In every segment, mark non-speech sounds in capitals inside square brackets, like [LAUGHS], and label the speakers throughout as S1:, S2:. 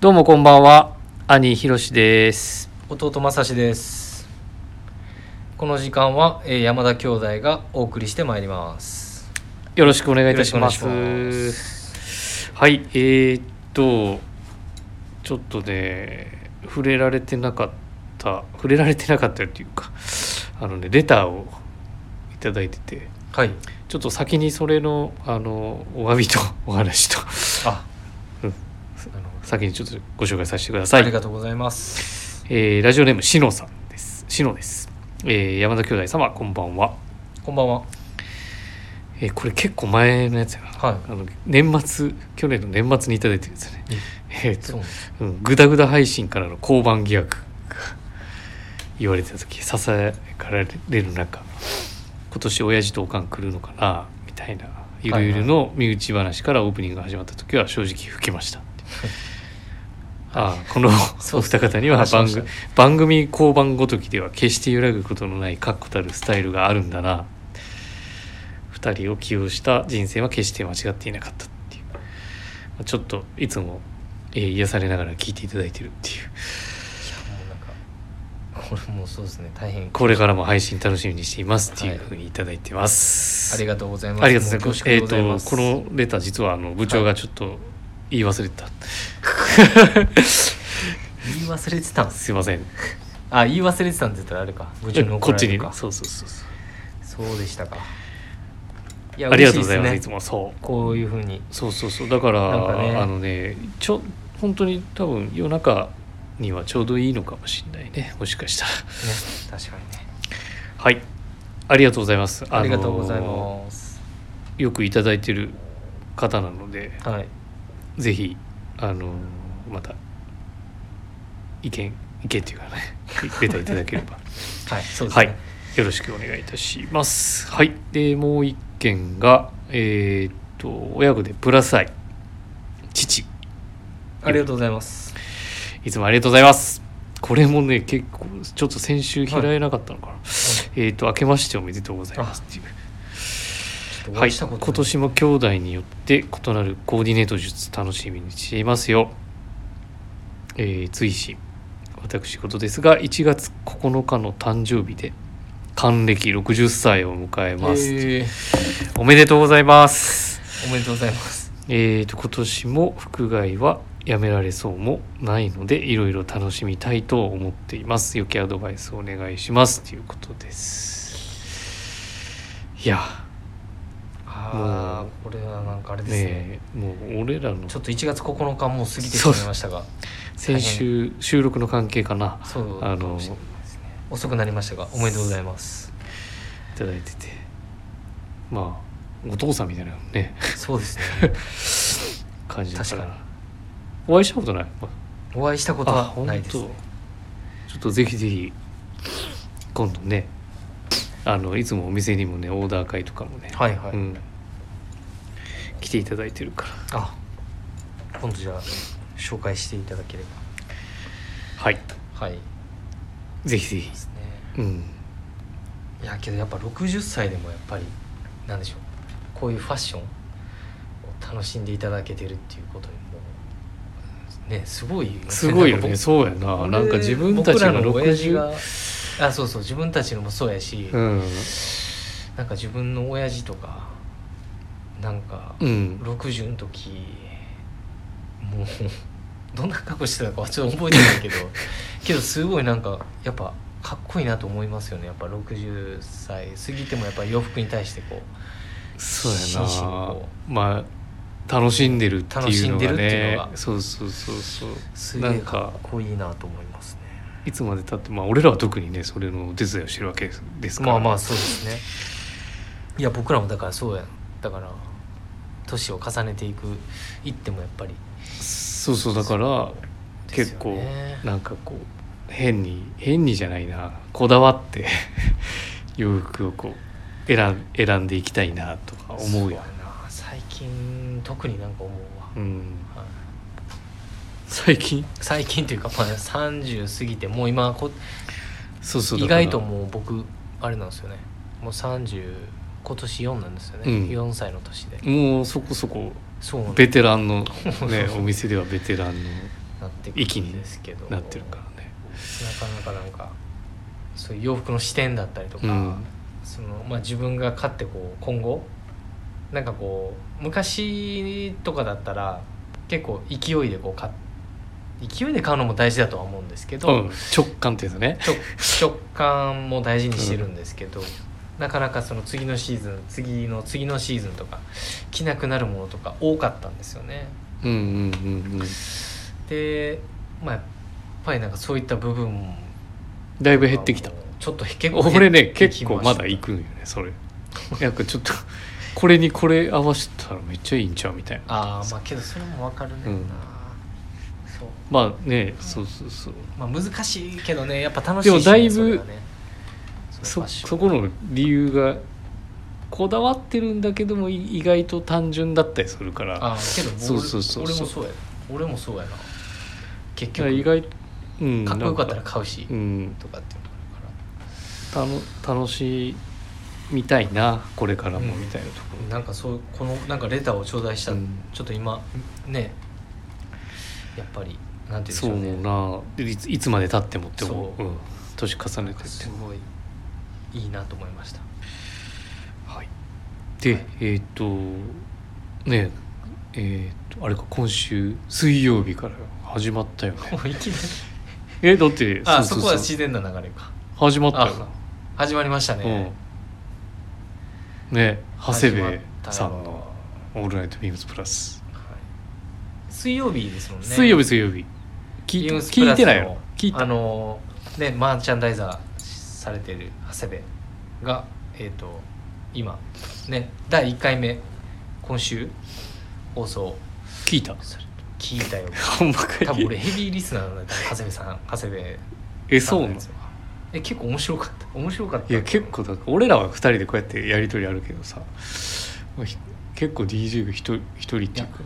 S1: どうもこんばんは兄ひろしです
S2: 弟まさしですこの時間は、えー山田兄弟がお送りしてまいります
S1: よろしくお願いいたします
S2: よろしくお願いしま
S1: はいえー、っとちょっとね触れられてなかった触れられてなかったっていうかあのねレターをいただいてて
S2: はい
S1: ちょっと先にそれのあのお詫びと [LAUGHS] お話と
S2: あ
S1: うん
S2: なるほど
S1: 先にちょっとご紹介させてくださ
S2: あ
S1: い
S2: りがとうございます
S1: えーラジオネームしのさんですしのです、えー山田兄弟様こんばんは、
S2: こんばんは
S1: えーこれ結構前のやつやな
S2: は
S1: あの年末去年の年末にいただいてるんですね
S2: い
S1: えっ、
S2: そう
S1: とうんグダグダ配信からの交番疑惑が言われてた時ささやかられる中今年親父とおかん来るのかなみたいなゆるゆるの身内話からオープニングが始まった時は正直吹きましたああこの
S2: [LAUGHS] そう
S1: お二方には
S2: 話し
S1: 番
S2: ました
S1: 組番組交番ごときでは決して揺らぐことのない確固たるスタイルがあるんだな二人を起用した人生は決して間違っていなかったっていうまあちょっといつも、えー癒されながら聞いていただいてるっていう
S2: もうなんかこれもうそうですね大変
S1: これからも配信楽しみにしていますってい
S2: は
S1: う
S2: い
S1: ふうにいただいてます、
S2: ありがとうございます
S1: ありがとうございます。えっ、
S2: もう恐縮でございま
S1: と
S2: す
S1: このレター実はあの部長がちょっと言い忘れてた。
S2: [LAUGHS] 言い忘れてたんで
S1: [LAUGHS]
S2: す
S1: すいません。
S2: あ言い忘れてたんって言ったらあれか無事に
S1: こ
S2: 怒
S1: っ
S2: ら
S1: ち
S2: れ
S1: に
S2: るか
S1: そうそうそうそう。
S2: そうでしたかいや
S1: ありがとうございます。
S2: 嬉し
S1: い
S2: で
S1: つもそう。
S2: こういうふうに
S1: そうそうそう。だから
S2: なんかね
S1: あのねちょ本当に多分夜中にはちょうどいいのかもしれないね。もしかしたら。
S2: ね確かにね
S1: はい。ありがとうございます。の
S2: ありがとうございます
S1: よくいただいてる方なので、
S2: はい
S1: ぜひあのまた意見意見っていうかね
S2: [LAUGHS]
S1: レターいただければ。
S2: はいそうです
S1: は
S2: ね
S1: い、よろしくお願いいたします。はい、でもう一件が、えーっと親子でプラス愛父
S2: ありがとうございます。
S1: いつもありがとうございます。これもね結構ちょっと先週開えなかったのかな。えーっと明けましておめでとうございますっていう。はい、今年も兄弟によって異なるコーディネート術楽しみにしていますよ。えー、追伸私事ですが1月9日の誕生日で還暦60歳を迎えます。
S2: えー
S1: おめでとうございます。
S2: おめでとうございます。
S1: えー、と今年も副害はやめられそうもないのでいろいろ楽しみたいと思っています。良きアドバイスをお願いしますということです。いや
S2: ああ、これはなんかあれですね。
S1: ねえもう俺らの
S2: ちょっと1月9日もう過ぎてしまいましたが、
S1: 先週収録の関係かな
S2: そう
S1: あ
S2: か
S1: の
S2: もしれないですね。遅くなりましたが、おめでとうございます。
S1: いただいててまあお父さんみたいなね
S2: そうですね。
S1: 感じだから
S2: 確か
S1: お会いしたことない、ま
S2: お会いしたこと
S1: あ、あ
S2: は
S1: 本当
S2: ないです、
S1: ちょ
S2: ね。
S1: っとぜひぜひ今度ねあのいつもお店にもねオーダー会とかもね、
S2: はいはい。
S1: うん、来ていただいてるから
S2: あ、今度じゃあ紹介していただけれ
S1: はい
S2: ば。はい。で
S1: ぜひぜひ
S2: す
S1: う
S2: ね。
S1: ん
S2: いやけどやっぱ60歳でもやっぱりなんでしょうこういうファッションを楽しんでいただけてるっていうことにもうねすごいよね
S1: すごいよ
S2: なんか
S1: ね
S2: 僕
S1: そうやななんか自分
S2: 僕
S1: たち
S2: ら
S1: が
S2: の親父
S1: 60
S2: があそうそう自分たちのもそうやし、
S1: うん
S2: なんか自分の親父とかなんか
S1: うん
S2: 60の時もうどんな格好してたかはちょっと覚えてない
S1: [LAUGHS]
S2: けどけどすごいなんかやっぱかっこいいなと思いますよねやっぱ60歳過ぎてもやっぱ洋服に対してこう
S1: そうや
S2: 真摯に
S1: な
S2: こ
S1: まあ楽しんでるっていうの
S2: 楽しんで
S1: が
S2: るっていう
S1: ね
S2: のが
S1: そうそうそうそう
S2: す
S1: な
S2: げえ
S1: ん
S2: か
S1: か
S2: っこいいなと思いますね
S1: いつまでたってまあ俺らは特にねそれのお手伝いをしてるわけですですから
S2: まあまあそうですねいや僕らもだからそうやんだから年を重ねていくいってもやっぱり
S1: そうそうだから
S2: で
S1: 結
S2: すよ
S1: 構
S2: ね
S1: なんかこう変に変にじゃないなこだわって [LAUGHS] 洋服をこう選ん選んでいきたいなとか思うやん
S2: そな最近特になんか思うわ、
S1: うん
S2: はい
S1: 最近
S2: 最近というか、まあ、30過ぎてもう今こ
S1: そうそう
S2: 意外と
S1: う
S2: もう僕あれなんですよねもう30今年4なんですよね、
S1: うん
S2: 4歳の年で
S1: もうそこそこ
S2: そうなん、
S1: ベテランの、ね
S2: [LAUGHS]
S1: お店ではベテランの
S2: なっって
S1: 域に
S2: ですけど
S1: なってるからね
S2: なかなかなんかそういう洋服の視点だったりとか、
S1: うん
S2: そのまあ、自分が買ってこう今後なんかこう昔とかだったら結構勢いでこう買っ勢いで買うのも大事だとは思うんですけど、
S1: うん直感っていうのね
S2: 直直感も大事にしてるんですけど、なかなかその次のシーズン次の次のシーズンとか着なくなるものとか多かったんですよね。
S1: うんうんうんうん
S2: で、まあ、やっぱりなんかそういった部分も
S1: だいぶ減ってきた
S2: ちょっと結構
S1: [LAUGHS] 俺ね
S2: 減って
S1: 結
S2: きま
S1: 構
S2: した
S1: まだ行くんよねそれなんかちょっとこれにこれ合わせたらめっちゃいいんちゃうみたいな
S2: ああまあけどそれもわかるねんな、
S1: うん
S2: そう
S1: まあねそうそうそう
S2: まあ難しいけどねやっぱ楽しい
S1: で
S2: し、ね、
S1: もだいぶ
S2: それがね
S1: そそ
S2: こ
S1: この理由がこだわってるんだけどもい意外と単純だったりするから
S2: あーけど俺
S1: そうそうそうそう
S2: 俺もそうや俺もそうやな結
S1: だから
S2: 局
S1: 意外と、うん、
S2: かっこよかった
S1: な
S2: ら
S1: ん
S2: 買うし
S1: うん
S2: とかっていうのがあるから
S1: たの楽しみたいなこれからも
S2: うん
S1: みたいなとこ
S2: なんかそうこのなんかレターを頂戴した、
S1: うん
S2: ちょっと今ねやっぱりなんて
S1: ろ、
S2: 言うんでしょうね
S1: そうなでいついつまでたってもって思う、
S2: そう
S1: うん、年重ねてって
S2: すごいいいなと思い
S1: [LAUGHS]
S2: ました
S1: はい、で、
S2: はい
S1: えーっ、とねえーっ、とあれか今週水曜日から始まったよ
S2: [LAUGHS]
S1: ね
S2: もういきなり
S1: [LAUGHS] えだって
S2: あ
S1: う
S2: そうこは
S1: う
S2: 自然な流れか
S1: 始まったよ
S2: あ始まりました
S1: な
S2: ね、
S1: うんね長谷
S2: 始まっ
S1: 部
S2: たよ
S1: さんの「オールナイトビームスプラス
S2: はい水曜日ですも」んね
S1: 水曜日水曜日聞い
S2: ビ
S1: て
S2: ームスプ
S1: 聞い
S2: ラス
S1: て
S2: の
S1: ないよ聞い
S2: あ
S1: た
S2: のねマーチャンダイザーされてる長谷部がえっ、と今ね第1回目今週放送
S1: 聞いた
S2: され聞い
S1: [LAUGHS]
S2: たよ
S1: ほんまかい
S2: 多分俺ヘビーリスナーなんだよ長谷部さん長谷部
S1: え
S2: さ
S1: そ
S2: ん
S1: うな
S2: のや
S1: の
S2: つはえ結構面白かった面白かった
S1: いや結構だから俺らは2人でこうやってやり取りあるけどさひ結構 DJ が 1, 人一人っていうか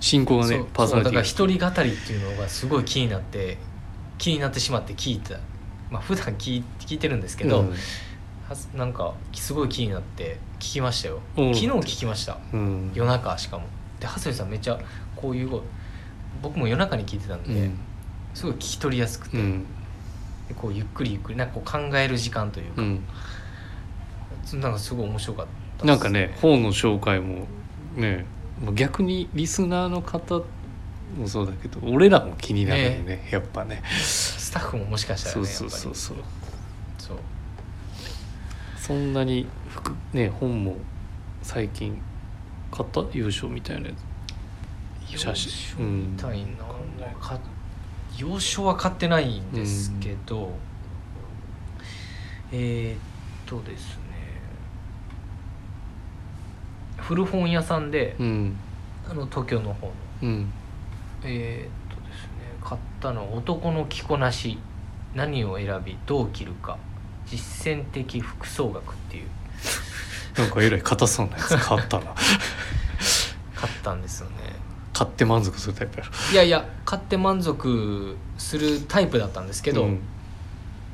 S1: 進行が
S2: そう
S1: ねパーソナリティが
S2: そうだから一人語りっていうのがすごい気になって気になってしまって聞いたまあ普段聞い聞いてるんですけど、
S1: うん
S2: はなんかすごい気になって聞きましたよ
S1: うん
S2: 昨日聞きました
S1: うん
S2: 夜中しかもで蓮見さんめっちゃこういう声僕も夜中に聞いてたんで、
S1: うん
S2: すごい聞き取りやすくて、
S1: うん
S2: でこうゆっくりゆっくりなんかこう考える時間という
S1: う
S2: か、
S1: ん
S2: なんかすごい面白かった
S1: な
S2: で
S1: ん
S2: す
S1: かね本の紹介もねもう逆にリスナーの方もそうだけど俺らも気になるよねやっぱね
S2: スタッフももしかしたら
S1: そう
S2: ねやっぱ
S1: そう
S2: り
S1: そうそう
S2: そう
S1: そんなに服ね本も最近買った優勝みたいなやつ写真う
S2: み
S1: ん
S2: たいな、か洋書は買ってないんですけど、えーっとですね古本屋さんで、
S1: うん
S2: あの東京の方の
S1: うん
S2: えーっとですね買ったのは「男の着こなし何を選びどう着るか実践的服装学」っていう
S1: なんかえらい硬そうなやつ買った [LAUGHS] な
S2: 買ったんですよね
S1: 買って満足するタイプやろ
S2: いやいや買って満足するタイプだったんですけど、
S1: うん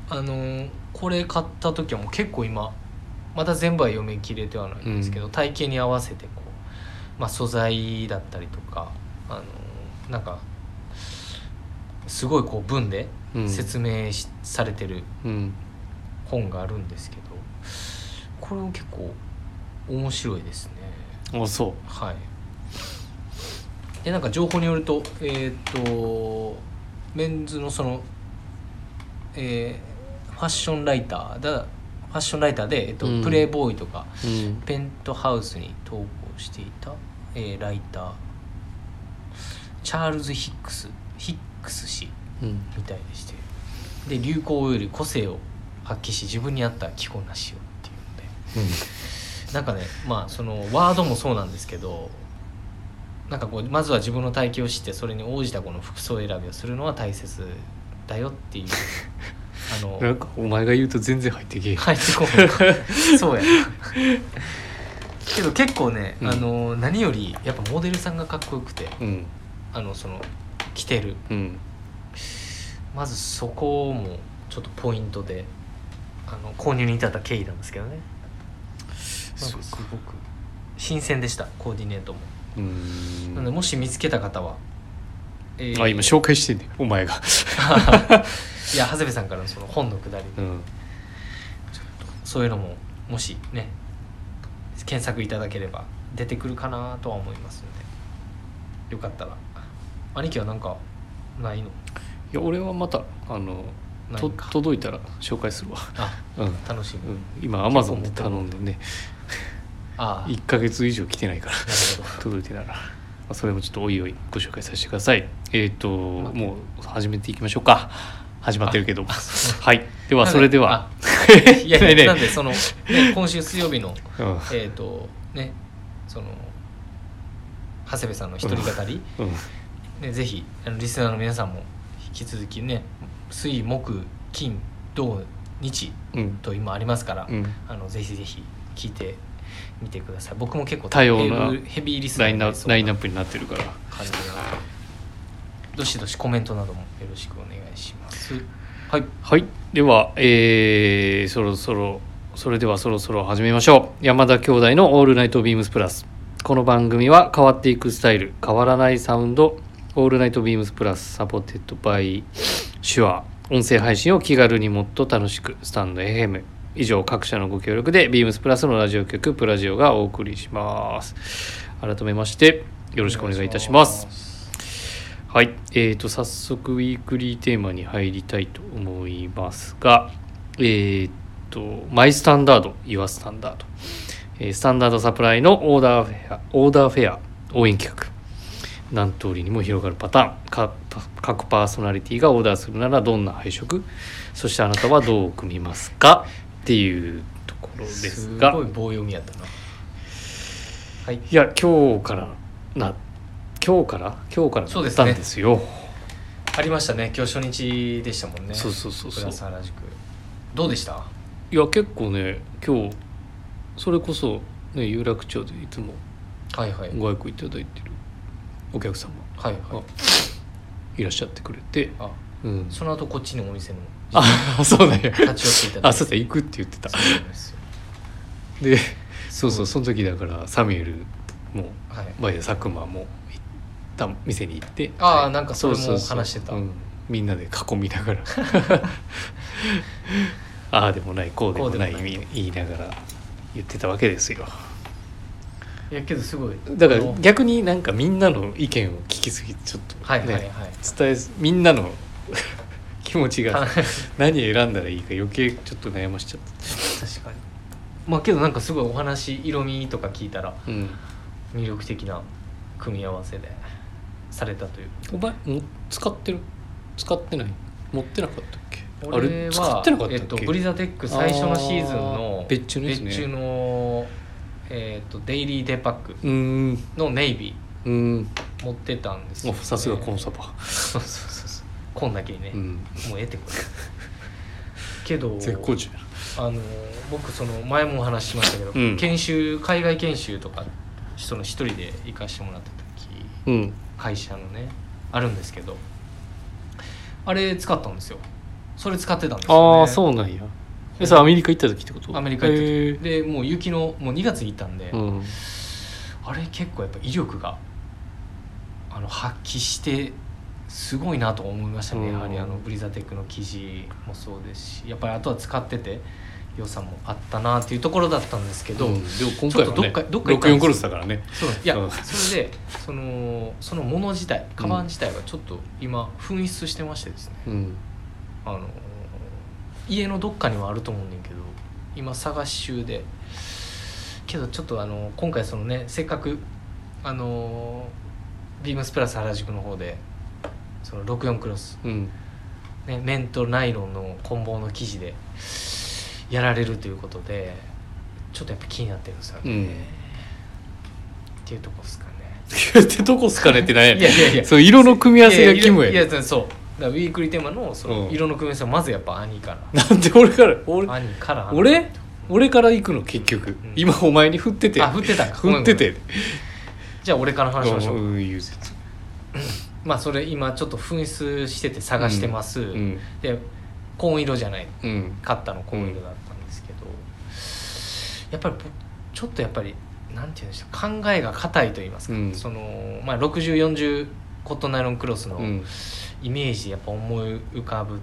S2: あのーこれ買った時はもう結構今まだ全部は読み切れてはないんですけど、
S1: う
S2: 体型に合わせてこう、まあ、素材だったりとか、あのーなんかすごいこう文で
S1: うん
S2: 説明し、されてる
S1: うん
S2: 本があるんですけどこれも結構面白いですね
S1: あそ
S2: はいでなんか情報によるとえっ、とメンズのそのえーファッションライターだファッションライターで、えっと
S1: うん
S2: プレイボーイとか
S1: ううん
S2: ペントハウスに投稿していた、えーライターチャールズ・ヒックスヒックス氏
S1: うん
S2: みたいでしてで流行より個性を発揮し自分に合った着こなしをっていうのでなんかねまあそのワードもそうなんですけどなんかこうまずは自分の体型を知ってそれに応じたこの服装選びをするのは大切だよっていうあの
S1: [LAUGHS] なんかお前が言うと全然入ってけえへん
S2: 入ってこないそう
S1: [LAUGHS]
S2: やなけど結構ね、
S1: うん
S2: あの何よりやっぱモデルさんがかっこよくて
S1: うん
S2: あのその着てる
S1: うん
S2: まずそこもちょっとポイントであの購入に至った経緯なんですけどねな
S1: そ
S2: ん
S1: う
S2: か
S1: か
S2: すごく新鮮でしたコーディネートも、
S1: うーん
S2: なのでもし見つけた方はえー
S1: あ今紹介してんねお前が
S2: [LAUGHS] いや長谷部さんからのその本のくだり、
S1: うん
S2: そういうのももしね検索いただければ出てくるかなとは思いますのでよかったら兄貴はなんかない
S1: い
S2: の
S1: や俺はまたあの
S2: ない
S1: と
S2: んか
S1: 届いたら紹介するわ
S2: あ
S1: うん、うん、
S2: 楽しみ、
S1: 今アマゾンで頼んでね
S2: ああなる
S1: 1ヶ月以上来てないから [LAUGHS]
S2: ほど
S1: 届いてたら、まあ、それもちょっとおいおいご紹介させてくださいえっ、と
S2: まあ
S1: もう始めていきましょうか始まってるけど
S2: そう
S1: はいではそれでは
S2: いや
S1: [LAUGHS] ねえねえ
S2: なんでその、ね、今週水曜日の
S1: うん
S2: えっ、とねその長谷部さんの一人語り、
S1: うん
S2: ね、ぜひあのリスナーの皆さんも引き続きね水木金土日
S1: うん
S2: と今ありますから、
S1: うん
S2: あのぜひぜひ聞いてみてください僕も結構
S1: 多様な
S2: ヘビーヘビーリスナ
S1: ラ
S2: ー
S1: イ
S2: に
S1: ン
S2: な
S1: ナッ
S2: り
S1: プ
S2: そうな
S1: ラインナップになってるから
S2: 感じがどしどしコメントなどもよろしくお願いしますはい
S1: はいではえーそろそろそれではそろそろ始めましょう山田兄弟の「オールナイトビームスプラス」この番組は変わっていくスタイル変わらないサウンド「オールナイトビームスプラス」サポテッドバイ手話音声配信を気軽にもっと楽しくスタンド FM 以上各社のご協力でビームスプラスのラジオ局プラジオがお送りします改めましてよろしくお願いいたしますはい、えー、と早速ウィークリーテーマに入りたいと思いますが、えー、とマイスタンダード、イワスタンダード、えースタンダードサプライのオーダーフェアオーダーフェア応援企画何通りにも広がるパターンか各パーソナリティがオーダーするならどんな配色そしてあなたはどう組みますかっていうところですすが
S2: ごい棒読みやったなはい
S1: いや今日からな今日から今日からだったんですよ。
S2: ありましたね今日初日でしたもんね
S1: そうそうそうそう
S2: プラス原宿どうでした
S1: いや結構ね今日それこそ、ね、有楽町でいつも
S2: はいはいはい
S1: ご愛顧いただいてるお客様
S2: はい
S1: がいらっしゃってくれて、
S2: あ
S1: うん、
S2: その後こっちのお店にも
S1: あそうだよ
S2: 立ち寄っていただいて
S1: [LAUGHS] あそうだ行くって言ってた
S2: そうなんですよ
S1: でそうそうその時だからサミュエルも
S2: はい
S1: バイヤー佐久間も行った店に行って
S2: ああ
S1: はい
S2: なんかそれも話してた
S1: うんみんなで囲みなが
S2: [LAUGHS]
S1: らああでもないこうでもない
S2: こうでもない
S1: 言いながら言ってたわけですよ
S2: いやけどすごい
S1: だから
S2: あの
S1: 逆になんかみんなの意見を聞きすぎてちょっと、ね
S2: はいはいはい、
S1: 伝えずみんなの [LAUGHS] 気持ち
S2: は
S1: が
S2: い
S1: 何選んだらいいか余計ちょっと悩ましちゃっ
S2: 確かにまあけどなんかすごいお話色味とか聞いたら
S1: た、うん、
S2: 魅力的な組み合わせでされたという
S1: お前も使ってる使ってない持ってなかったっけあ
S2: 俺
S1: れ
S2: は
S1: 使ってなかったっけ、
S2: えっと、ブリザテック最初のシーズン
S1: あ
S2: の
S1: ー別注のやつね
S2: 別注のえっと、デイリーデパック
S1: うーん
S2: のネイビ
S1: うーん
S2: ー持ってたんです
S1: お
S2: よ、
S1: さすがコン
S2: そう
S1: サバ、
S2: [LAUGHS] そうそうそうコンだけにね、
S1: う
S2: も
S1: ん、
S2: うええってこれけど
S1: 絶好調やな
S2: あの僕その前もお話ししましたけど、
S1: うん
S2: 研修海外研修とかその一人で行かしてもらった時
S1: うん
S2: 会社のねあるんですけどあれ使ったんですよそれ使ってたんですよ、ね、
S1: ああそうなんやえそれアメリカ行った時ってこと
S2: アメリカ行って
S1: へ
S2: てでもう雪のもう2月に行ったんで、
S1: ーうん
S2: あれ結構やっぱ威力があの発揮してすごいなと思いましたね、
S1: うん
S2: やはりあのブリザテックの生地もそうですしやっぱりあとは使ってて良さもあったなっていうところだったんですけど、
S1: うんでも今回は
S2: ちょ
S1: ね
S2: っとどっかどっか行ったんですよ
S1: 64コルスだからね
S2: そういや、
S1: うん
S2: それでそのそのもの自体カバン自体がちょっと今紛失してましてですね、
S1: うん
S2: あの家のどっかにはあると思うねんけど今探し中でけどちょっとあの今回そのねせっかくあのビームスプラス原宿の方でその64クロス、
S1: うん
S2: ね、綿とナイロンの混紡の生地でやられるということでちょっとやっぱ気になってるんですよね、
S1: うん
S2: っていうとこですかね
S1: ってどこっすかねってない
S2: いやいやいや
S1: そう色の組み合わせがキムや
S2: いや
S1: ね
S2: いやそうだからウィークリーテーマのその
S1: うん
S2: 色の組み合わせはまずやっぱ兄から
S1: なんで俺から俺
S2: 兄から
S1: 俺俺から行くの結局、
S2: ん
S1: 今お前に振ってて
S2: あ振ってたんか
S1: 振って
S2: ごめんご
S1: て
S2: めんじゃあ俺から話しましょう、
S1: うん言うてた
S2: まあそれ今ちょっと紛失してて探してます、
S1: うん
S2: で紺色じゃない
S1: うん
S2: カッターの紺色だったんですけど、やっぱりぼちょっとやっぱりなんて言うんでしょう考えが硬いと言いますか、
S1: うん
S2: そのまあ6040コットンナイロンクロスの
S1: うん
S2: イメージでやっぱ思い浮かぶ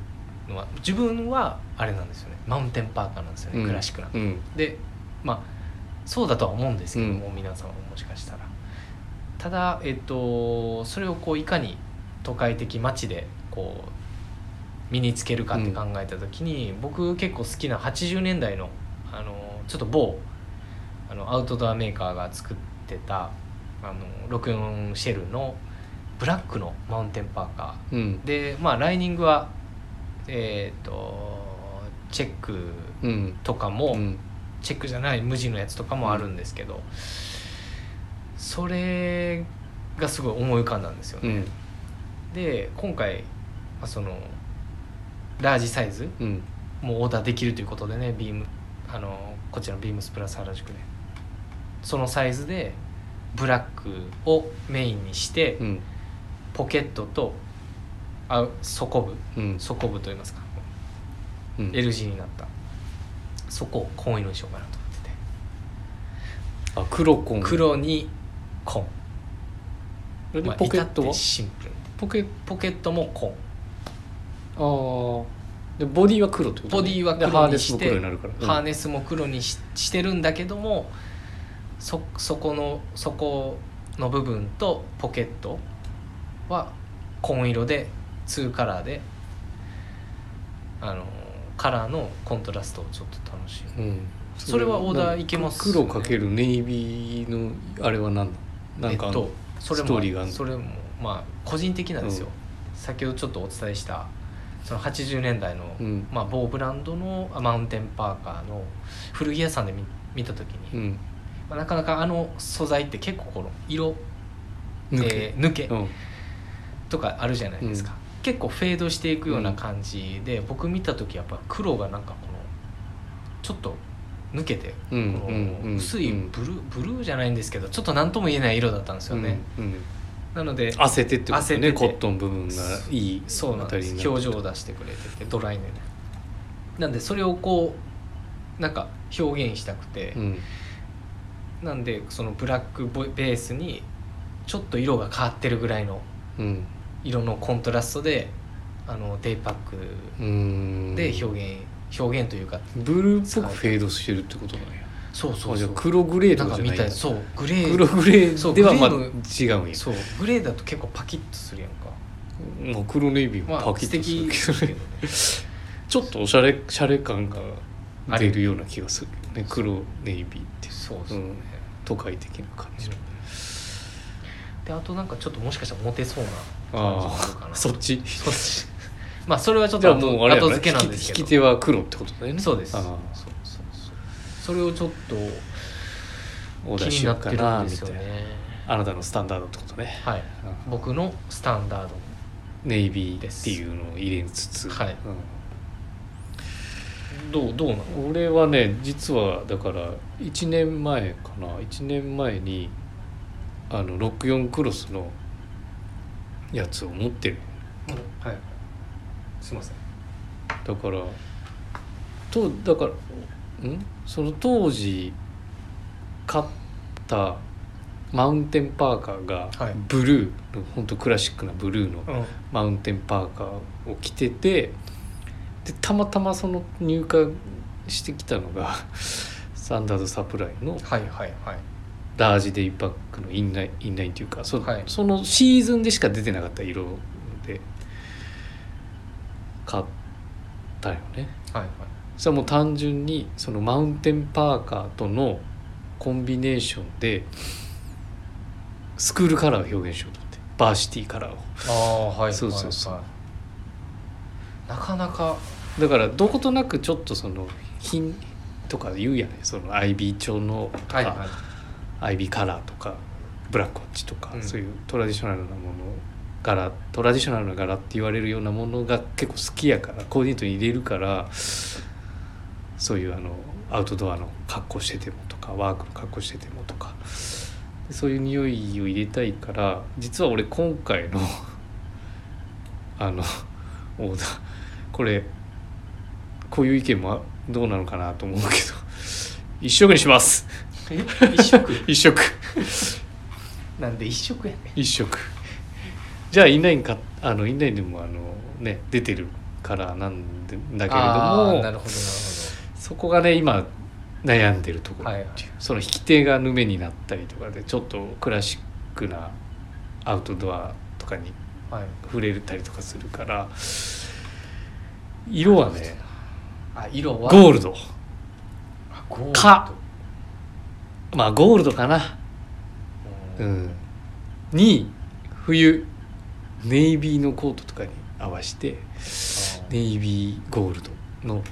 S2: のは自分はあれなんですよねマウンテンパーカーなんですよね、クラシックな
S1: うん
S2: でまあそうだとは思うんですけども、
S1: う
S2: 皆さんももしかしたらただえっとそれをこういかに都会的街でこう身につけるかって考えた時に、僕結構好きな80年代のあのちょっと某あのアウトドアメーカーが作ってたあの64シェルのブラックのマウンテンパーカー
S1: うん
S2: でまあライニングはえっ、とチェック
S1: うん
S2: とかも、
S1: うん
S2: チェックじゃない無地のやつとかもあるんですけど、それがすごい思い浮かんだんですよ
S1: う
S2: ね、
S1: ん
S2: で今回まあそのラージサイズ
S1: うん
S2: もオーダーできるということでねビームあのこちらのビームスプラス原宿でそのサイズでブラックをメインにして、
S1: うん
S2: ポケットとあ底部
S1: うん
S2: 底部といいますか
S1: うん
S2: L 字になったそこを紺色にしようかなと思ってて
S1: あ黒コン
S2: 黒に紺
S1: で
S2: まあ
S1: ポケット
S2: 至っ
S1: は
S2: てシンプル
S1: ポケ
S2: ポケットも紺
S1: ああでボディは黒ってこと、
S2: ボディは
S1: でハー
S2: 黒に
S1: ネスも
S2: して
S1: 黒になるから、うん
S2: ハーネスも黒にししてるんだけどもそそこのそこの部分とポケットは紺色で2カラーであのカラーのコントラストをちょっと楽しむ
S1: うん
S2: それはオーダーいけます
S1: 黒かけるネイビーのあれは何なのなんか
S2: え
S1: あ
S2: っ
S1: の、
S2: と、それも
S1: ストーリーがあるの
S2: それもまあ個人的なんですよ、
S1: うん
S2: 先ほどちょっとお伝えしたその80年代の、
S1: うん
S2: まあ、某ブランドのあマウンテンパーカーの古着屋さんで見見た時
S1: う
S2: に、
S1: ん
S2: まあ、なかなかあの素材って結構この色
S1: 抜
S2: 抜
S1: け
S2: け,、えー抜け
S1: うん
S2: とかあるじゃないですか、結構フェードしていくような感じで、僕見た時やっぱ黒がなんかこのちょっと抜けて、
S1: うん
S2: こ
S1: うんう
S2: の
S1: ん
S2: 薄いブルーブルーじゃないんですけどちょっと何とも言えない色だったんですよね、
S1: うんうん
S2: なので
S1: 汗てってこと
S2: 汗
S1: ね
S2: てて
S1: コットン部分がいい
S2: そうなんです
S1: あたりにる
S2: 表情を出してくれててドライでねなんでそれをこうなんか表現したくて、
S1: うん
S2: なんでそのブラックボベースにちょっと色が変わってるぐらいの
S1: うん
S2: 色のコントラストであのデイパック
S1: うん
S2: で表現、表現というか
S1: ブルーっぽくフェードしてるってことなんや
S2: そうそ
S1: あ
S2: う
S1: じ
S2: そ
S1: ゃあ
S2: う
S1: 黒グレー
S2: な
S1: と
S2: ん
S1: かじ
S2: か
S1: ゃな
S2: み
S1: いん
S2: た
S1: だ
S2: いそうグレー
S1: 黒グレ
S2: そ
S1: ー
S2: う
S1: ではまあ違
S2: グレ
S1: うんや
S2: そうグレーだと結構パキッとするやんか
S1: もう黒ネイビーも
S2: ま
S1: パ
S2: あ
S1: キ
S2: 素
S1: ッとす
S2: 敵
S1: る
S2: ですけ
S1: けど
S2: ど
S1: ね
S2: ね
S1: ちょっとおしゃれしゃれ感が出るような気がするけどね黒ネイビーって
S2: そうですね、
S1: うん都会的な感じの
S2: であとなんかちょっともしかしたらモテそうな感じもあるか
S1: あ
S2: な
S1: あそっち
S2: そうっすまあそれはちょっ
S1: じゃ
S2: と
S1: あ
S2: 後
S1: もうあれや
S2: 後
S1: ろ
S2: 付けなんです
S1: 引
S2: け
S1: き
S2: ど
S1: 手は黒ってことだよね
S2: そうですそ
S1: あ
S2: う
S1: あ
S2: そうそうそれをちょっと
S1: オーダー
S2: 気
S1: し
S2: にな
S1: よ
S2: っ
S1: うか
S2: てる
S1: なん
S2: で
S1: み
S2: す
S1: た
S2: よ
S1: いな
S2: ね
S1: あなたのスタンダードってことね
S2: はい
S1: うん
S2: 僕のスタンダード
S1: ネイビーっていうのを入れつつ、
S2: はい
S1: うん
S2: どうどうなの
S1: 俺はね実はだから1年前かな1年前にあの64クロスのやつを持ってる
S2: はいすいません
S1: だからとだからんその当時買ったマウンテンパーカーが
S2: はい
S1: ブルーの、ほんとクラシックなブルーの
S2: うん
S1: マウンテンパーカーを着ててでたまたまその入荷してきたのが [LAUGHS] サンダードサプライの
S2: はいはいはい
S1: ラージデイパックのインラインインラインというかそ,、
S2: はい
S1: そのシーズンでしか出てなかった色で買ったよね
S2: はいはい
S1: それはもう単純にそのマウンテンパーカーとのコンビネーションでスクールカラーを表現しようと思ってバーシティカラーを
S2: ああはい
S1: そうそうそう
S2: はいはいなかなか
S1: だからどことなくちょっとその品とか言うやねその IB 調のとか、
S2: はいはい
S1: IB カラーとかブラックウォッチとか、
S2: うん
S1: そういうトラディショナルなもの柄トラディショナルな柄って言われるようなものが結構好きやからコーディネートに入れるからそういうあのアウトドアの格好しててもとかワークの格好しててもとかでそういう匂いを入れたいから実は俺今回のあのオーダーこれこういう意見もどうなのかなと思うけど一色にします
S2: え [LAUGHS] 一色
S1: 一色
S2: なんで一色やね
S1: 一色じゃあインラインかあのインラインでもあのね出てるからなんでだけれ
S2: あ
S1: ども
S2: ーなるほどなるほ
S1: そこがね今悩んでるところっていう、
S2: はいはい
S1: その引き手がヌメになったりとかでちょっとクラシックなアウトドアとかに
S2: どはい
S1: 触れたりとかするから色はね
S2: あ色は
S1: ゴールド
S2: あゴールド
S1: かまあゴールドかなう
S2: うん
S1: んに冬ネイビーのコートとかに合わせてネイビーゴールドの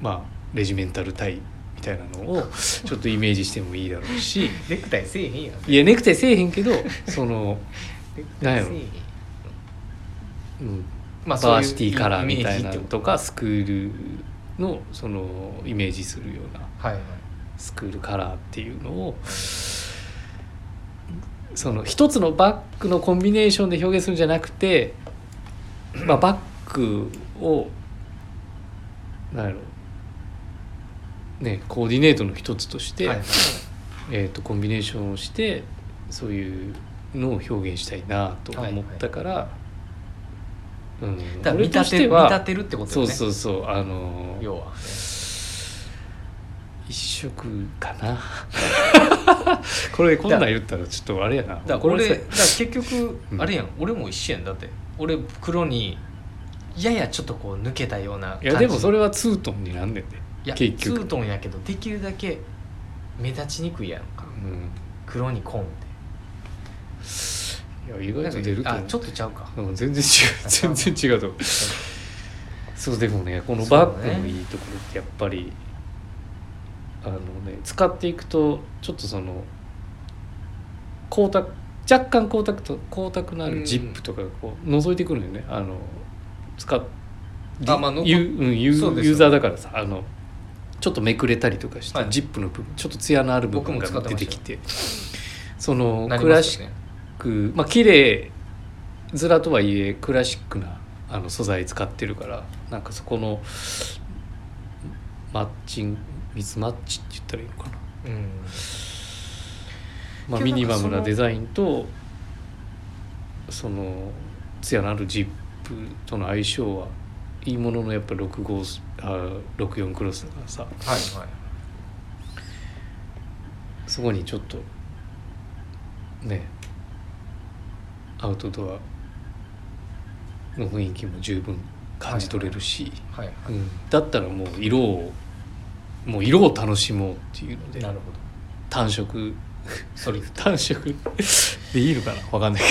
S1: まあレジメンタルタイみたいなのをちょっとイメージしてもいいだろうし
S2: [LAUGHS] ネクタイせえへんやん
S1: いやネクタイせえへんけどその、
S2: ネクタイせえへん
S1: うん、
S2: まあそういう
S1: バーシティカラーみたいな
S2: イメ
S1: の
S2: ージってこと
S1: とかスクールのそのイメージするような
S2: はいはい
S1: スクールカラーっていうのをその一つのバッグのコンビネーションで表現するんじゃなくて、まあ、バッグをなんやろねコーディネートの一つとして、
S2: はいはい
S1: えー、とコンビネーションをしてそういうのを表現したいなと思ったから。うん、
S2: だから見
S1: 俺と
S2: 立
S1: して
S2: 見
S1: は
S2: 立てるってこと
S1: そ
S2: よ
S1: う
S2: ね
S1: そうそうあの
S2: 要は
S1: 一色かな [LAUGHS] これこんなん言ったらちょっとあれやな
S2: だから
S1: 怒ら
S2: 俺
S1: れそ
S2: だ
S1: う
S2: か
S1: や
S2: ら結局
S1: うん
S2: あれやん俺も一緒やんだって俺黒にややちょっとこう抜けたような感
S1: い
S2: じ
S1: やでもそれ
S2: は
S1: はツートンになんねんで、結局
S2: ツートンやけどできるだけ目立ちにくいやん
S1: う
S2: か黒に紺っ
S1: ん、いや意
S2: て
S1: 外と出ると
S2: あ
S1: 思う
S2: ちょっとちゃうか
S1: うん全然違う全然違うと思うそうでもねこの
S2: そうね
S1: バッグのいいところってやっぱり、あのね使っていくとちょっとその光沢若干光沢と光沢のあるジップとかがこう覗いてくるんよね、あの使っ
S2: あまあの
S1: ユーうんユ
S2: そう
S1: ー
S2: ですよ
S1: ユーザーだからさあのちょっとめくれたりとかして、
S2: はい
S1: ジップの部分ちょっと艶のある部分が
S2: 僕も
S1: 出
S2: 使ってました
S1: てきてその
S2: なり
S1: ク
S2: ま
S1: ラ
S2: す
S1: シ
S2: よ
S1: ッ
S2: ね
S1: クまあ綺麗ずらとはいえクラシックなあの素材使ってるからなんかそこのマッチングミスマッチって言ったらいいのかな、
S2: うん
S1: まあ、
S2: け
S1: ミ
S2: ど
S1: ニマム
S2: なんかその
S1: なデザインとその艶のあるジップとの相性はいいもののやっぱ65スあ64クロスだからさ
S2: はいはい
S1: そこにちょっとねアウトドアの雰囲気も十分感じ取れるし、
S2: はいは
S1: うん、だったらもう色をもう色を楽しもうっていうの
S2: い
S1: で
S2: なるほど
S1: 単色
S2: ソリッ
S1: 単 [LAUGHS] 色でいいのかなわかんないけ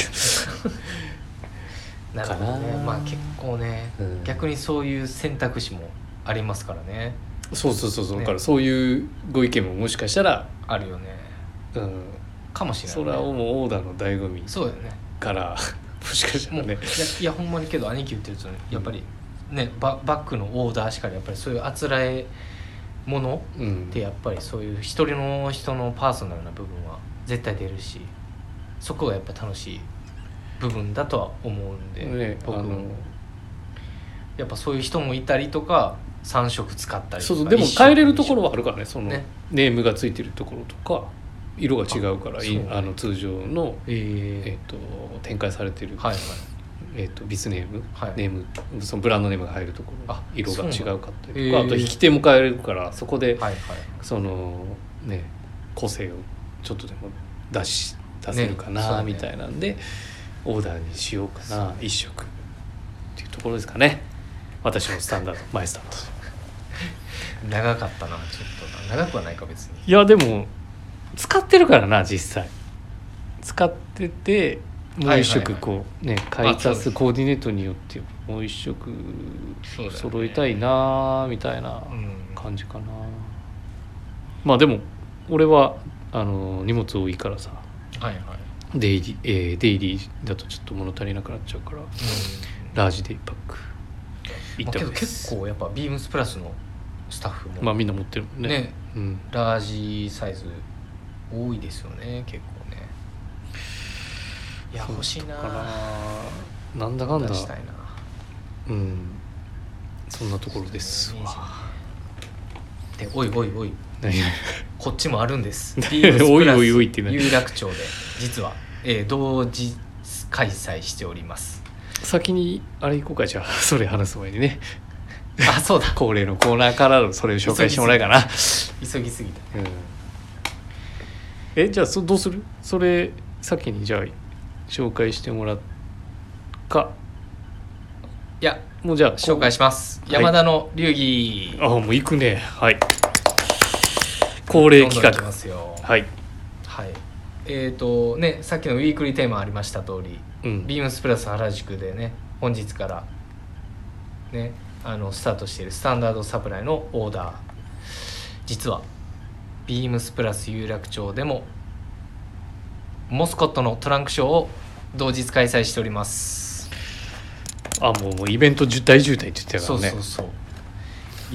S2: ドなるほどね
S1: かな
S2: まあ結構ね
S1: ど、うん
S2: 逆にそういう選択肢もありますからね
S1: そうそうそうそう、
S2: ね
S1: だからそういうご意見ももしかしたら、
S2: あるよね
S1: うん、
S2: かもしれない、
S1: そ
S2: ね、
S1: れはもうオーダーの醍醐味
S2: そうだよね
S1: からもしかした
S2: も
S1: ら
S2: ういや
S1: [LAUGHS] ね
S2: いやほんまにけど兄貴言ってるとねやっぱりねババックのオーダーしかりやっぱりそういうあつらえもの
S1: うん
S2: ってやっぱりそういう一人の人のパーソナルな部分は絶対出るしそこがやっぱ楽しい部分だとは思うんで、
S1: ねあ
S2: 僕
S1: の
S2: もやっぱそういう人もいたりとか3色使ったりとか
S1: そうそうでも
S2: 一色
S1: 変えれるところはあるからねその
S2: ね
S1: ネームがついてるところとか色が違うから
S2: あ
S1: い
S2: そう
S1: あの通常の、
S2: えー
S1: えっと展開されてる、
S2: はいはい
S1: えっとビスネーム、
S2: はい
S1: ネームそのブランドネームが入るところ
S2: あ
S1: 色が違
S2: そうなんだ
S1: うかった
S2: へ
S1: りとか
S2: ー
S1: あと引き手も変えれるからそこで、
S2: はいはい
S1: そのね個性をちょっとでも出し出せるか
S2: ねそう
S1: な、
S2: ね
S1: みたいなんでオーダーにしようかな一色っていうところですかね私のスタンダードマイスタンダード。
S2: 長かったなちょっとな長くはないか別に
S1: いやでも使ってるからな実際使ってても
S2: は
S1: う
S2: いはいはい
S1: 一色こうね買い
S2: あそう
S1: 足
S2: です
S1: すコーディネートによってもう一色
S2: そうだよね
S1: 揃いたいなみたいな
S2: うん
S1: 感じかなまあでも俺はあの荷物多いからさ
S2: はいはい、
S1: デイリー、えーデイリーだとちょっと物足りなくなっちゃうからラージデイパック
S2: う
S1: 行
S2: ん
S1: っ
S2: まあ
S1: た
S2: けど
S1: んです
S2: 結構やっぱビームスプラスのスタッフも、
S1: まあみんな持ってるもんね
S2: ね
S1: うん、
S2: ラージサイズ多いですよね結構ねいや
S1: そう
S2: 欲しいな
S1: だかなんだかんだ
S2: 出したい
S1: う
S2: な
S1: んそんなところです
S2: イメージ
S1: わ。
S2: ねでおいおいおい
S1: 何
S2: こっ
S1: [LAUGHS]
S2: ちもあるんです
S1: おいおいおいって
S2: 何
S1: 何
S2: 有楽町で実は、えー同時開催しております
S1: 先にあれ行こうかじゃあ [LAUGHS] それ話す前にね
S2: あそうだ
S1: [LAUGHS] 恒例のコーナーからのそれを紹介してもらえかな、
S2: 急ぎすぎた
S1: うん、えじゃあそどうするそれ先にじゃあ紹介してもらっか
S2: いや
S1: もうじゃあ
S2: 紹介します
S1: はい
S2: 山田の流儀、
S1: あもう行くねはい恒例企
S2: どんどんいき
S1: 画
S2: ますよ
S1: はい
S2: はいえっ、とねさっきのウィークリーテーマありました通り
S1: うん
S2: ビームスプラス原宿でね本日からねあのスタートしているスタンダードサプライのオーダー実はビームスプラス有楽町でもモスコットのトランクショーを同日開催しております
S1: あもうもうイベント渋大渋滞って言ってたか
S2: そ
S1: ら
S2: う
S1: ね
S2: そうそう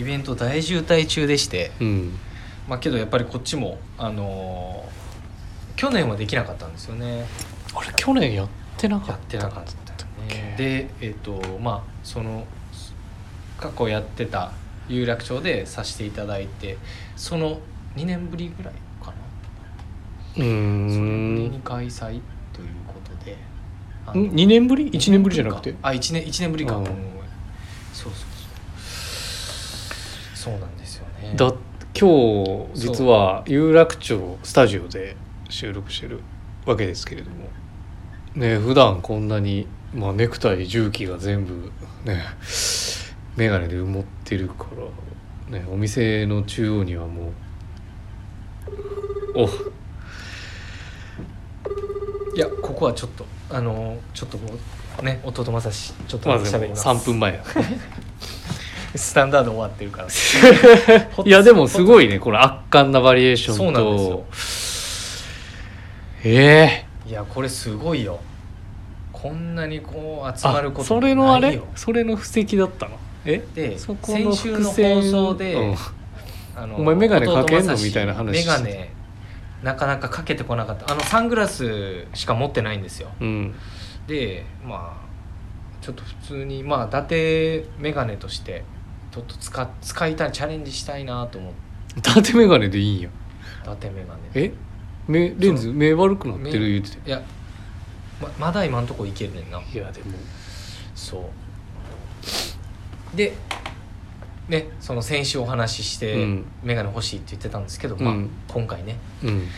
S2: イベント大渋滞中でして
S1: うん
S2: まあけどやっぱりこっちもあのー去年はできなかったんですよね
S1: あれ去年やってなかった
S2: やってなかったね
S1: っけ
S2: でえっ、とまあその過去やってた有楽町でさせていただいてその2年ぶりぐらいかな
S1: うー
S2: それぶり
S1: ん
S2: に開催ということであの
S1: 2年ぶり1年ぶりじゃなくて
S2: あ一1年一年ぶりか、
S1: うん
S2: ごめんごめんそうそうそうそうなんですよね
S1: だ今日実は有楽町スタジオで収録してるわけですけれどもね普段こんなに、まあ、ネクタイ重機が全部ね眼鏡で埋もってるから、ね、お店の中央にはもうお
S2: いやここはちょっとあのちょっとこうね弟正志ちょっと
S1: ま
S2: 喋
S1: ず
S2: ります、
S1: 3分前
S2: [LAUGHS]
S1: だ
S2: スタンダード終わってるから
S1: いやでもすごいねこの圧巻なバリエーショ
S2: そう
S1: ン
S2: なんですよ
S1: とええ
S2: いやこれすごいよこんなにこう集まる
S1: あ
S2: こと
S1: それのあ
S2: ない
S1: れ
S2: よ
S1: それの布石だったのえ
S2: で
S1: そこの
S2: 先週
S1: 伏
S2: の
S1: 線
S2: 放送で、
S1: うん
S2: あの
S1: お前眼鏡かけんの
S2: 弟正志
S1: みたいな話
S2: 眼鏡なかなかかけてこなかったあのサングラスしか持ってないんですよ
S1: うん
S2: でまあちょっと普通にまあ伊達眼鏡としてちょっと使使いたいチャレンジしたいなと思って
S1: 縦眼鏡でいいんや
S2: 伊達眼鏡
S1: え目レンズ目悪くなってる言ってたよ
S2: いやままだ今んとこいけるねんない
S1: やでも
S2: そうでねその先週お話しして
S1: うん
S2: 眼鏡欲しいって言ってたんですけど、
S1: う
S2: ま
S1: ん
S2: あ、今回ね、
S1: うん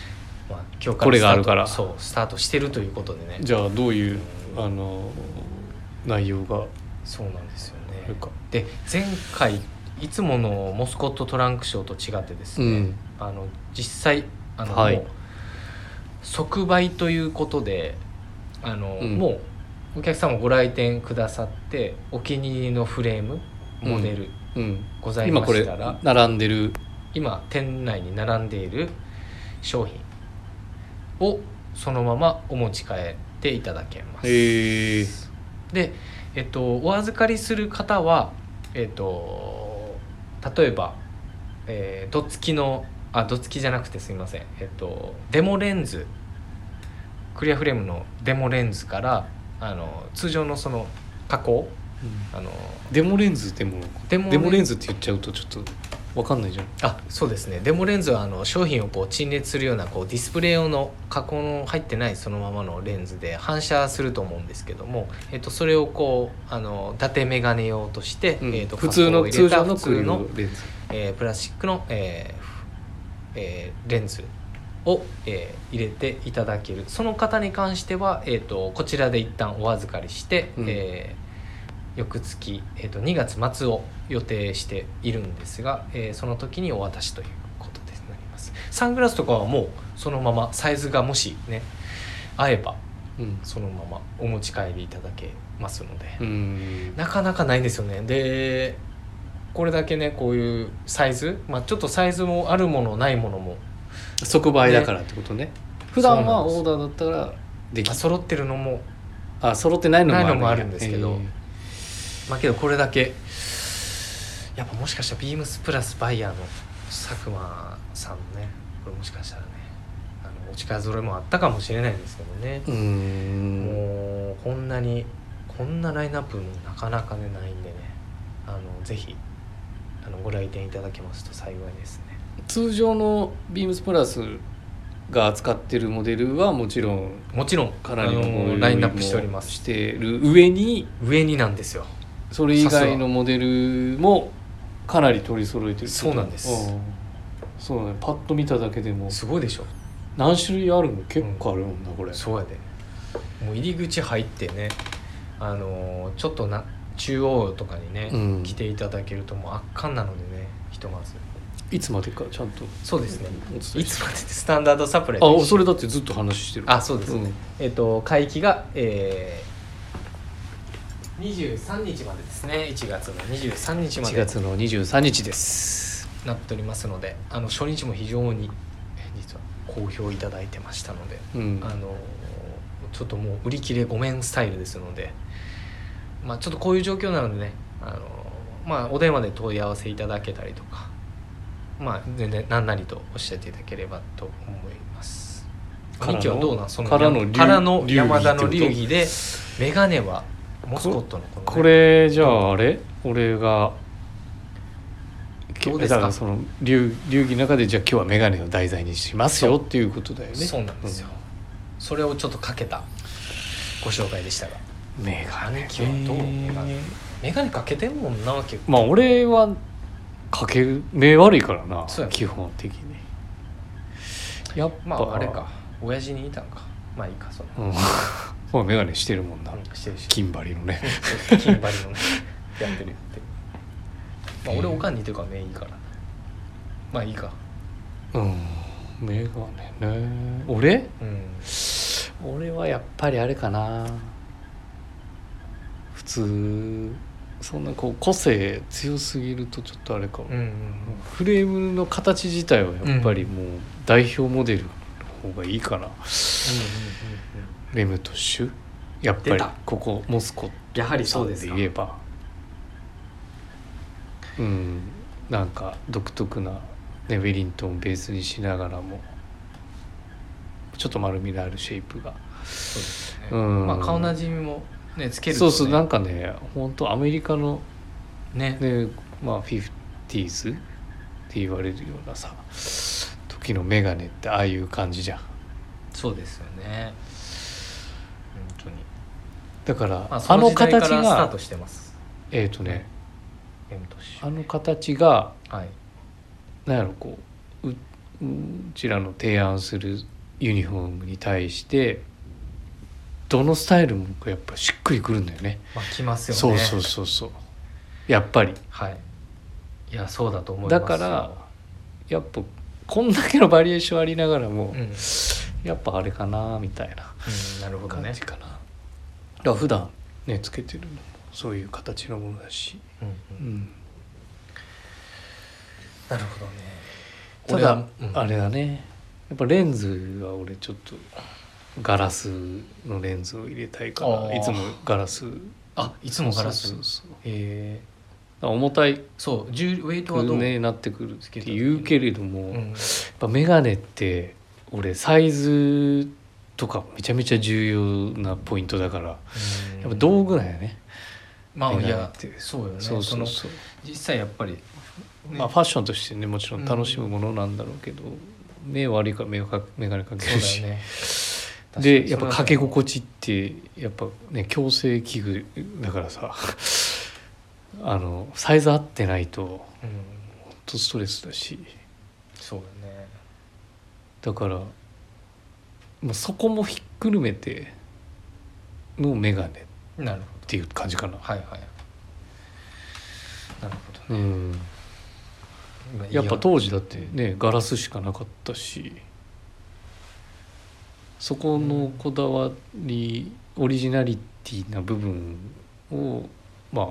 S2: まあ、今日から
S1: これが
S2: スタート
S1: あるから
S2: そうスタートしてるということでね
S1: じゃあどういうあの内容が
S2: そうなんですよ
S1: ある
S2: ね
S1: か
S2: で前回いつものモスコットトランクショーと違ってです
S1: う
S2: ね、
S1: ん
S2: あの実際あの、
S1: はい
S2: もう即売ということであの、
S1: うん
S2: もうお客様ご来店くださってお気に入りのフレームモデル、
S1: うん
S2: ござい
S1: 今
S2: ま
S1: これ
S2: したら
S1: 並んでる
S2: 今店内に並んでいる商品をそのままお持ち帰っていただけます、
S1: ええ
S2: で、えっと、お預かりする方は、えっと、例えば、えー、どつきのあどつきじゃなくてすみません、えっと、デモレンズクリアフレームのデモレンズからあの通常のその加工あの
S1: デモレンズでも
S2: デモ
S1: デモレンズって言っちゃうとちょっとわかんないじゃん
S2: あそうですねデモレンズはあの商品をこう陳列するようなこうディスプレイ用の加工の入ってないそのままのレンズで反射すると思うんですけども、えっと、それをこうあの伊達メガネ用として、
S1: うん
S2: えっと
S1: 普通
S2: 加工を
S1: の
S2: 入
S1: 通
S2: れた
S1: 常の
S2: 普
S1: クリ
S2: 通
S1: ー
S2: の
S1: ム、レンズ
S2: えープラスチックの、えーふえーレンズを、えー入れていただけるその方に関しては、えっとこちらで一旦お預かりして、
S1: うん
S2: えー翌月、えー、と2月末を予定しているんですが、えーその時にお渡しということになりますサングラスとかはもうそのままサイズがもしね合えば
S1: うん
S2: そのままお持ち帰りいただけますので、
S1: うん
S2: なかなかないんですよねでこれだけねこういうサイズ、まあ、ちょっとサイズもあるものないものも
S1: 即売だからってことね普段は
S2: そうなんです
S1: オーダーだったらでき
S2: まあ揃ってるのも
S1: あ揃ってないのもある
S2: ないのもあるんですけどまあけどこれだけやっぱもしかしたらビームスプラスバイヤーの佐久間さんのねこれもしかしたらねあのお力揃いもあったかもしれないんですけどね
S1: えーうー、ん
S2: もうこんなにこんなラインナップもなかなかねないんでねあのぜひあのご来店いただけますと幸いですね
S1: 通常のビームスプラスが扱ってるモデルはもちろん
S2: もちろん
S1: かなり
S2: あ
S1: のボリュー
S2: の
S1: ム
S2: ラインナップしておりま
S1: もし
S2: す
S1: てる上に
S2: 上になんですよ
S1: それ以外のモデルもかなり取り揃えてる
S2: そうなんです
S1: うんそうだねパッと見ただけでも
S2: すごいでしょ
S1: 何種類あるの結構あるもんなこれ、
S2: そうやでもう入り口入ってねあのーちょっとな中央とかにね、
S1: うん
S2: 来ていただけるともう圧巻なのでねひとまず
S1: いつまでかちゃんと
S2: そうですね
S1: お伝えし
S2: いつまでってスタンダードサプライと一緒
S1: あそれだってずっと話してる
S2: あそうですね
S1: ん
S2: えっ、と会期がえー、23日までですね1月の23日ま
S1: 1
S2: で
S1: 月の23日です
S2: なっておりますのであの初日も非常にえー実は好評いただいてましたので、
S1: うん
S2: あのちょっともう売り切れごめんスタイルですので、まあ、ちょっとこういう状況なのでねあの、まあ、お電話で問い合わせいただけたりとか、まあ、全然何なりとおっしゃっていただければと思います。
S1: からの
S2: ミキはどうなんその
S1: からの流
S2: からの
S1: 流儀
S2: 山田の
S1: ってこと
S2: 流儀でメガネはモスコットのこのね、
S1: これじゃああれ俺が
S2: どうですか
S1: だらその流流儀の中でじゃあ今日は眼鏡を題材にしますよっていうことだよね
S2: そうなんですよ、それをちょっとかけたご紹介でしたが
S1: うん眼鏡
S2: 兄貴はどう眼鏡眼鏡かけてんもんな結構
S1: まあ俺はかける目悪いからな
S2: そうやね
S1: 基本的にやっぱ
S2: まああれか親父に言いたんかまあいいかそ [LAUGHS] の、
S1: うん [LAUGHS] まあ眼鏡してるもんな
S2: うんしてるし
S1: 金張りのね
S2: 金張りのね [LAUGHS] やってるやってるまあ俺おかんに似てるから目いいからまあいいか
S1: うん眼鏡ね俺
S2: うん
S1: 俺はやっぱりあれかな普通そんなこう個性強すぎるとちょっとあれかも、
S2: うんうん
S1: フレームの形自体はやっぱりもう代表モデルの方がいいかな、レムとシュやっぱ
S2: 出
S1: り
S2: た
S1: ここモスコ
S2: やはり
S1: さ
S2: そうで
S1: ん
S2: す
S1: で
S2: か
S1: 言えばうんなんか独特なねウェリントンをベースにしながらもちょっと丸みのあるシェイプが
S2: そうですね、
S1: うん
S2: まあ顔なじみもねつけると、
S1: そ
S2: ね、
S1: うそうなんかね本当アメリカの
S2: ね
S1: ねまあ 50s って言われるようなさ時のメガネってああいう感じじゃん
S2: そうですよね本当に
S1: だから、
S2: まあ、
S1: あ、
S2: その
S1: の
S2: 時代
S1: 形
S2: からスター
S1: が
S2: トしてます
S1: えっ、とね
S2: M 都市
S1: あの形が
S2: はい
S1: なんやろこうううちらの提案するユニフォームに対してどのスタイルもやっぱしっくりくるんだよね
S2: まあ来ますよ
S1: そう
S2: ね
S1: そうそうそうやっぱり
S2: はいいやそうだと思いま
S1: だ
S2: す
S1: からやっぱこんだけのバリエーションありながらも、
S2: うん、うん、
S1: やっぱあれかなみたいな
S2: なるほど
S1: 感
S2: ね
S1: じ、かな、だから普段ねつけてるのもそういう形のものだし、
S2: うんう、
S1: うんん、
S2: なるほどね
S1: ただ、
S2: 俺はうん
S1: あれだねやっぱレンズは俺ちょっとガラスのレンズを入れたいか
S2: あ
S1: ら
S2: ー
S1: いつもガラスい
S2: あいつもガラス
S1: そうそうそうだか
S2: えー
S1: ら重たい
S2: そう重ウェイトは
S1: く
S2: どう、
S1: ねなってくるって言うけれども、
S2: う
S1: やっ
S2: ん、
S1: ぱ眼鏡って俺サイズとかめちゃめちゃ重要なポイントだからやっぱ道具なんやね、
S2: まあい
S1: メガネ
S2: や
S1: って
S2: そうよね
S1: そうそうそう、
S2: の実際やっぱり、ね
S1: まあファッションとしてねもちろん楽しむものなんだろうけど、目悪いから目をか眼鏡かける
S2: そう
S1: し
S2: だよね
S1: でやっぱかけ
S2: 地
S1: 心地ってやっぱね矯正器具だからさ [LAUGHS] あのサイズ合ってないとほ
S2: うん
S1: んとストレスだし
S2: そうだね
S1: だから、まあ、そこもひっくるめての眼鏡っ
S2: なるほど
S1: ていう感じかな。
S2: はいはいなるほど
S1: うん、
S2: まあいい
S1: や
S2: よ
S1: っぱ当時だってねガラスしかなかったしそこのこだわりオリジナリティな部分をまあ、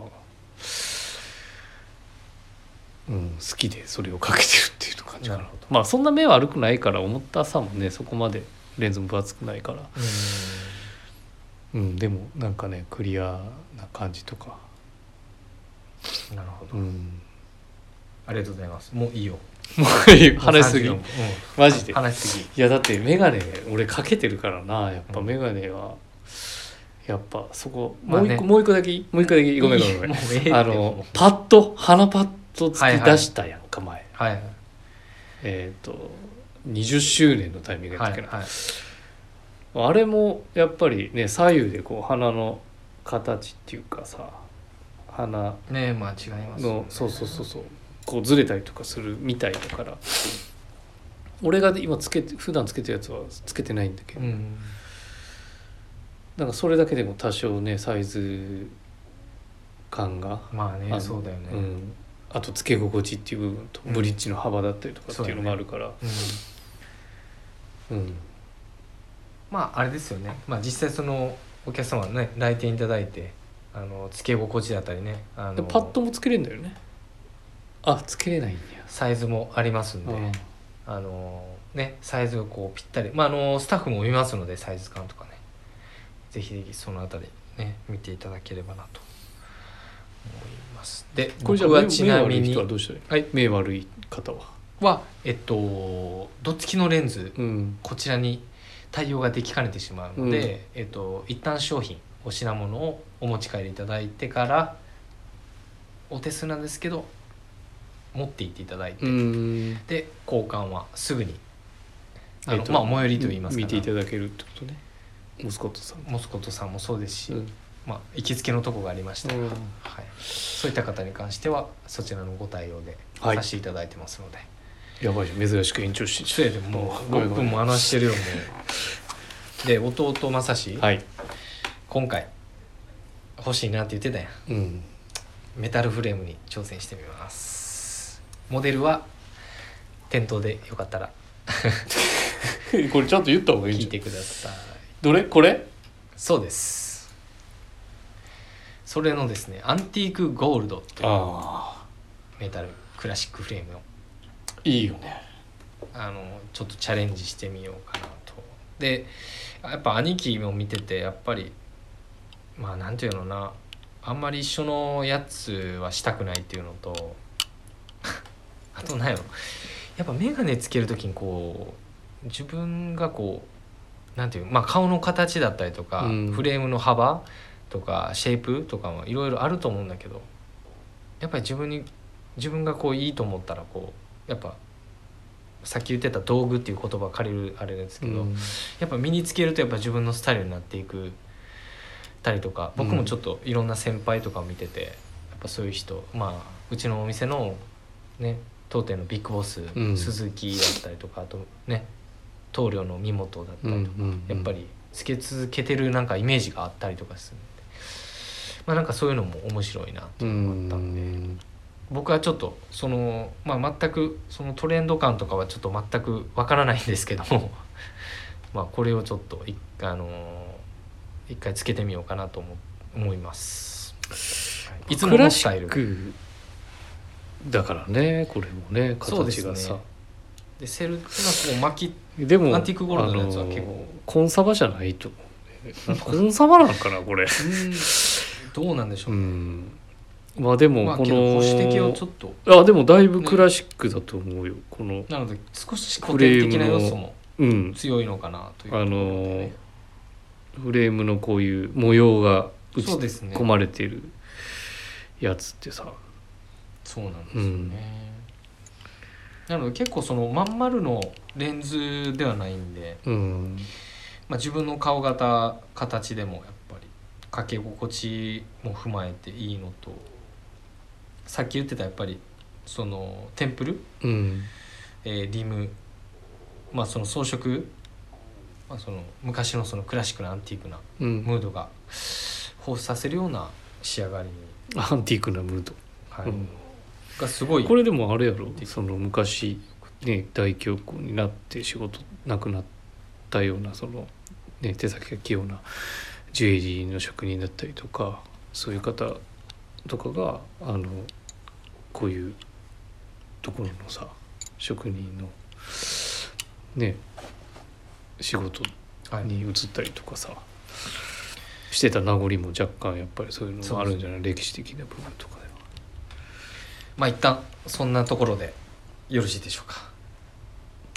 S1: うん、好きでそれをかけてるっていう感じかな
S2: なるほど
S1: まあそんな目悪くないから思った朝もねそこまでレンズも分厚くないから、
S2: うん
S1: うん、でもなんかねクリアな感じとか、
S2: なるほど、
S1: うん、
S2: ありがとうござい [LAUGHS] ますもういいよ
S1: も [LAUGHS] ういい話しすぎ
S2: もう34
S1: マジで
S2: うん話しすぎ
S1: いやだって眼鏡俺かけてるからなやっぱ
S2: うん
S1: 眼鏡はやっぱそこも
S2: まあ
S1: う一
S2: ね
S1: 個もう一個だけいいもう一個だけいいごめんごめんごめ
S2: も
S1: ん
S2: うええって
S1: あのパッド鼻パッドつけ出したやんか前
S2: はいはい
S1: えっと20周年のタイミングだ
S2: は
S1: っ
S2: い
S1: たっけな、
S2: はい
S1: あれもやっぱりね左右でこう花の形っていうかさ花
S2: ねえまあ違いますよね
S1: のそうそうそうそうこうずれたりとかするみたいだから俺が今つけて普段つけてるやつはつけてないんだけど、
S2: うん
S1: なんかそれだけでも多少ねサイズ感が、
S2: まあ
S1: あの
S2: ねそうだよね
S1: う、ん、あとつけ心地っていう部分と
S2: うん
S1: ブリッジの幅だったりとかっていうのがあるから、
S2: うん
S1: うん
S2: まああれですよね、まあ、実際そのお客様ね来店いただいてあのつけ心地だったりねあ
S1: で
S2: の
S1: パッドもつけれるんだよねあつけれないん
S2: サイズもありますんで、
S1: だよ
S2: あのねサイズをこうぴったり、まあ、あのスタッフも見ますのでサイズ感とかねぜひぜひそのあたりね見ていただければなと思いますで
S1: これじゃあ
S2: 僕はちなみ
S1: 目悪い
S2: に
S1: 人はどうしたらいいの
S2: はい
S1: 目悪い方は
S2: はえっとどっつきのレンズ
S1: うん
S2: こちらに対応ができかねてしまうので、えっと一旦商品お品物をお持ち帰りいただいてからお手数なんですけど持って行っていただいて、
S1: うん
S2: で交換はすぐにあ
S1: え
S2: の、
S1: っと
S2: まあ最寄りといいますか
S1: 見ていただけるってことねモスコットさん
S2: モスコットさんもそうですし、
S1: うん
S2: まあ、行きつけのとこがありましたら、
S1: うん
S2: はい、そういった方に関してはそちらのご対応で
S1: はい
S2: させていただいてますので、
S1: やばいじゃん珍しく延長して
S2: それでもう
S1: ごめんごめ
S2: 5分
S1: ん
S2: も話してるよもうで弟正志、
S1: はい
S2: 今回欲しいなって言ってたやん
S1: うん [LAUGHS]
S2: メタルフレームに挑戦してみますモデルは店頭でよかったら
S1: これちゃんと言った方がいい
S2: 聞
S1: じ
S2: い
S1: ゃん
S2: てください
S1: どれこれ
S2: そうですそれのですねアンティークゴールドという
S1: ああ
S2: メタルクラシックフレームを
S1: いいよね
S2: あのちょっとチャレンジしてみようかなとでやっぱ兄貴も見ててやっぱりまあなんていうのなあんまり一緒のやつはしたくないっていうのと [LAUGHS] あとなんやろやっぱ眼鏡つける時にこう自分がこうなんていうまあ顔の形だったりとか、
S1: うん
S2: フレームの幅とかシェイプとかもいろいろあると思うんだけどやっぱり自分に自分がこういいと思ったらこうやっぱさっき言ってた道具っていう言葉借りるあれですけど、
S1: うん
S2: やっぱ身につけるとやっぱ自分のスタイルになっていくたりとか僕もちょっといろんな先輩とかを見てて、やっぱそういう人まあうちのお店のね当店のビッグボス、
S1: うん
S2: 鈴木だったりとかあとね棟梁の身元だった
S1: うん
S2: りとか、
S1: うん
S2: やっぱりつけ続けてるなんかイメージがあったりとかするんでまあなんかそういうのも面白いなって
S1: う
S2: いうのがあったんで。
S1: ん
S2: 僕はちょっとその、まあ、全くそのトレンド感とかはちょっと全くわからないんですけども [LAUGHS] まあこれをちょっと一回,、あのー一回つけてみようかなと思思います、はい、いつも
S1: ク
S2: の
S1: ラシ
S2: スタイ
S1: ッ
S2: ル
S1: クだからねこれもね
S2: そうです
S1: 形
S2: ね
S1: がさ
S2: でセルっていうのはこう巻き
S1: で,、も
S2: アンティークゴールドのやつは結構
S1: あのコンサバじゃないと思うねなんかコンサバなんかなこれ
S2: どうなんでしょ
S1: う
S2: う、
S1: んまあで
S2: まあ
S1: もこ
S2: けど
S1: の、
S2: 保守的をちょっと
S1: あでもだいぶクラシックだと思うよ、この
S2: なので少し固定的な要素も
S1: うん
S2: 強いのかなというとこ
S1: あ
S2: ろで
S1: の
S2: ね
S1: フレームのこういう模様が打ち
S2: そうですね
S1: 込まれてるやつってさ
S2: そうなんですよね、なので結構そのまん丸のレンズではないんで、
S1: うん
S2: まあ、自分の顔型形でもやっぱりかけ心地も踏まえていいのとさっき言ってたやっぱりそのテンプル、
S1: うん
S2: えーリム、まあ、その装飾、まあ、その昔のそのクラシックなアンティークな
S1: う
S2: ム
S1: ん
S2: ードが放出させるような仕上がりに、
S1: アンティークなムード、
S2: はい
S1: うん
S2: がすごい
S1: これでもあれやろその昔ね大恐慌になって仕事なくなったようなその、ね、手先が器用なジュエリーの職人だったりとかそういう方とかがあのこういうところのさ職人のね仕事
S2: はい
S1: に移ったりとかさしてた名残も若干やっぱりそういうのもあるんじゃない歴史的な部分とかでは。
S2: まあ一旦そんなところでよろしいでしょうか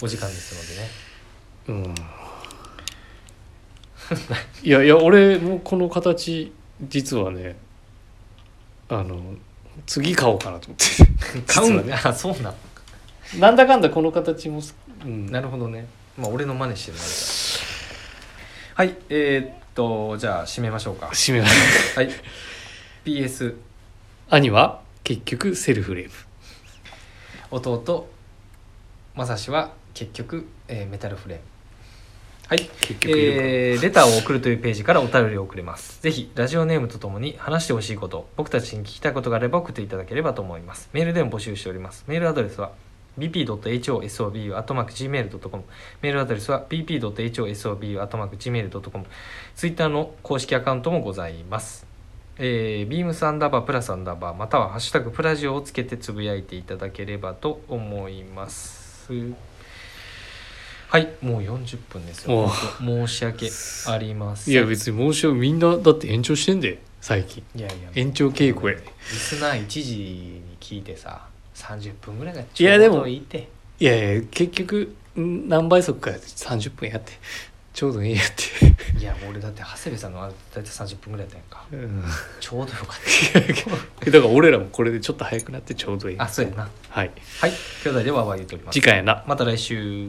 S2: お時間です [LAUGHS] のでね
S1: うんいやいや俺もこの形実はねあの次買おうかなと思って
S2: 買うん
S1: 実は
S2: だあそうなの
S1: なんだかんだこの形も好うん
S2: なるほどねまあ俺の真似してるなじゃ [LAUGHS] あはいえーっとじゃあ締めましょうか
S1: 締めは
S2: [LAUGHS] はい PS
S1: 兄は結局セルフレーブ
S2: 弟正志は結局、えーメタルフレームはい
S1: 結局いるから
S2: えーレターを送るというページからお便りを送れますぜひラジオネームとともに話してほしいこと僕たちに聞きたいことがあれば送っていただければと思いますメールでも募集しておりますメールアドレスは bp.hosobu.gmail.com メールアドレスは bp.hosobu.gmail.com ツイッターの公式アカウントもございますえー、ビームスアンダーバープラスアンダーバーまたは「ハッシュタグプラジオ」をつけてつぶやいていただければと思いますはいもう40分ですよ
S1: おう
S2: 本当申し訳ありません
S1: いや別に申し訳みんなだって延長してんで最近
S2: いやいや
S1: 延長稽古やで
S2: リスナー1時に聞いてさ30分ぐらいが
S1: いやでも
S2: いいって
S1: いやいや結局ん何倍速か30分やってちょうどいいやって、
S2: いや俺だって長谷部さんのあ大体30分ぐらいだったや
S1: う
S2: んか
S1: ん、
S2: ちょうどよかっ
S1: だから俺らもこれでちょっと早くなってちょうどいい
S2: たあそうやな
S1: はい
S2: はい兄弟ではわゆっております
S1: 次回やな
S2: また来週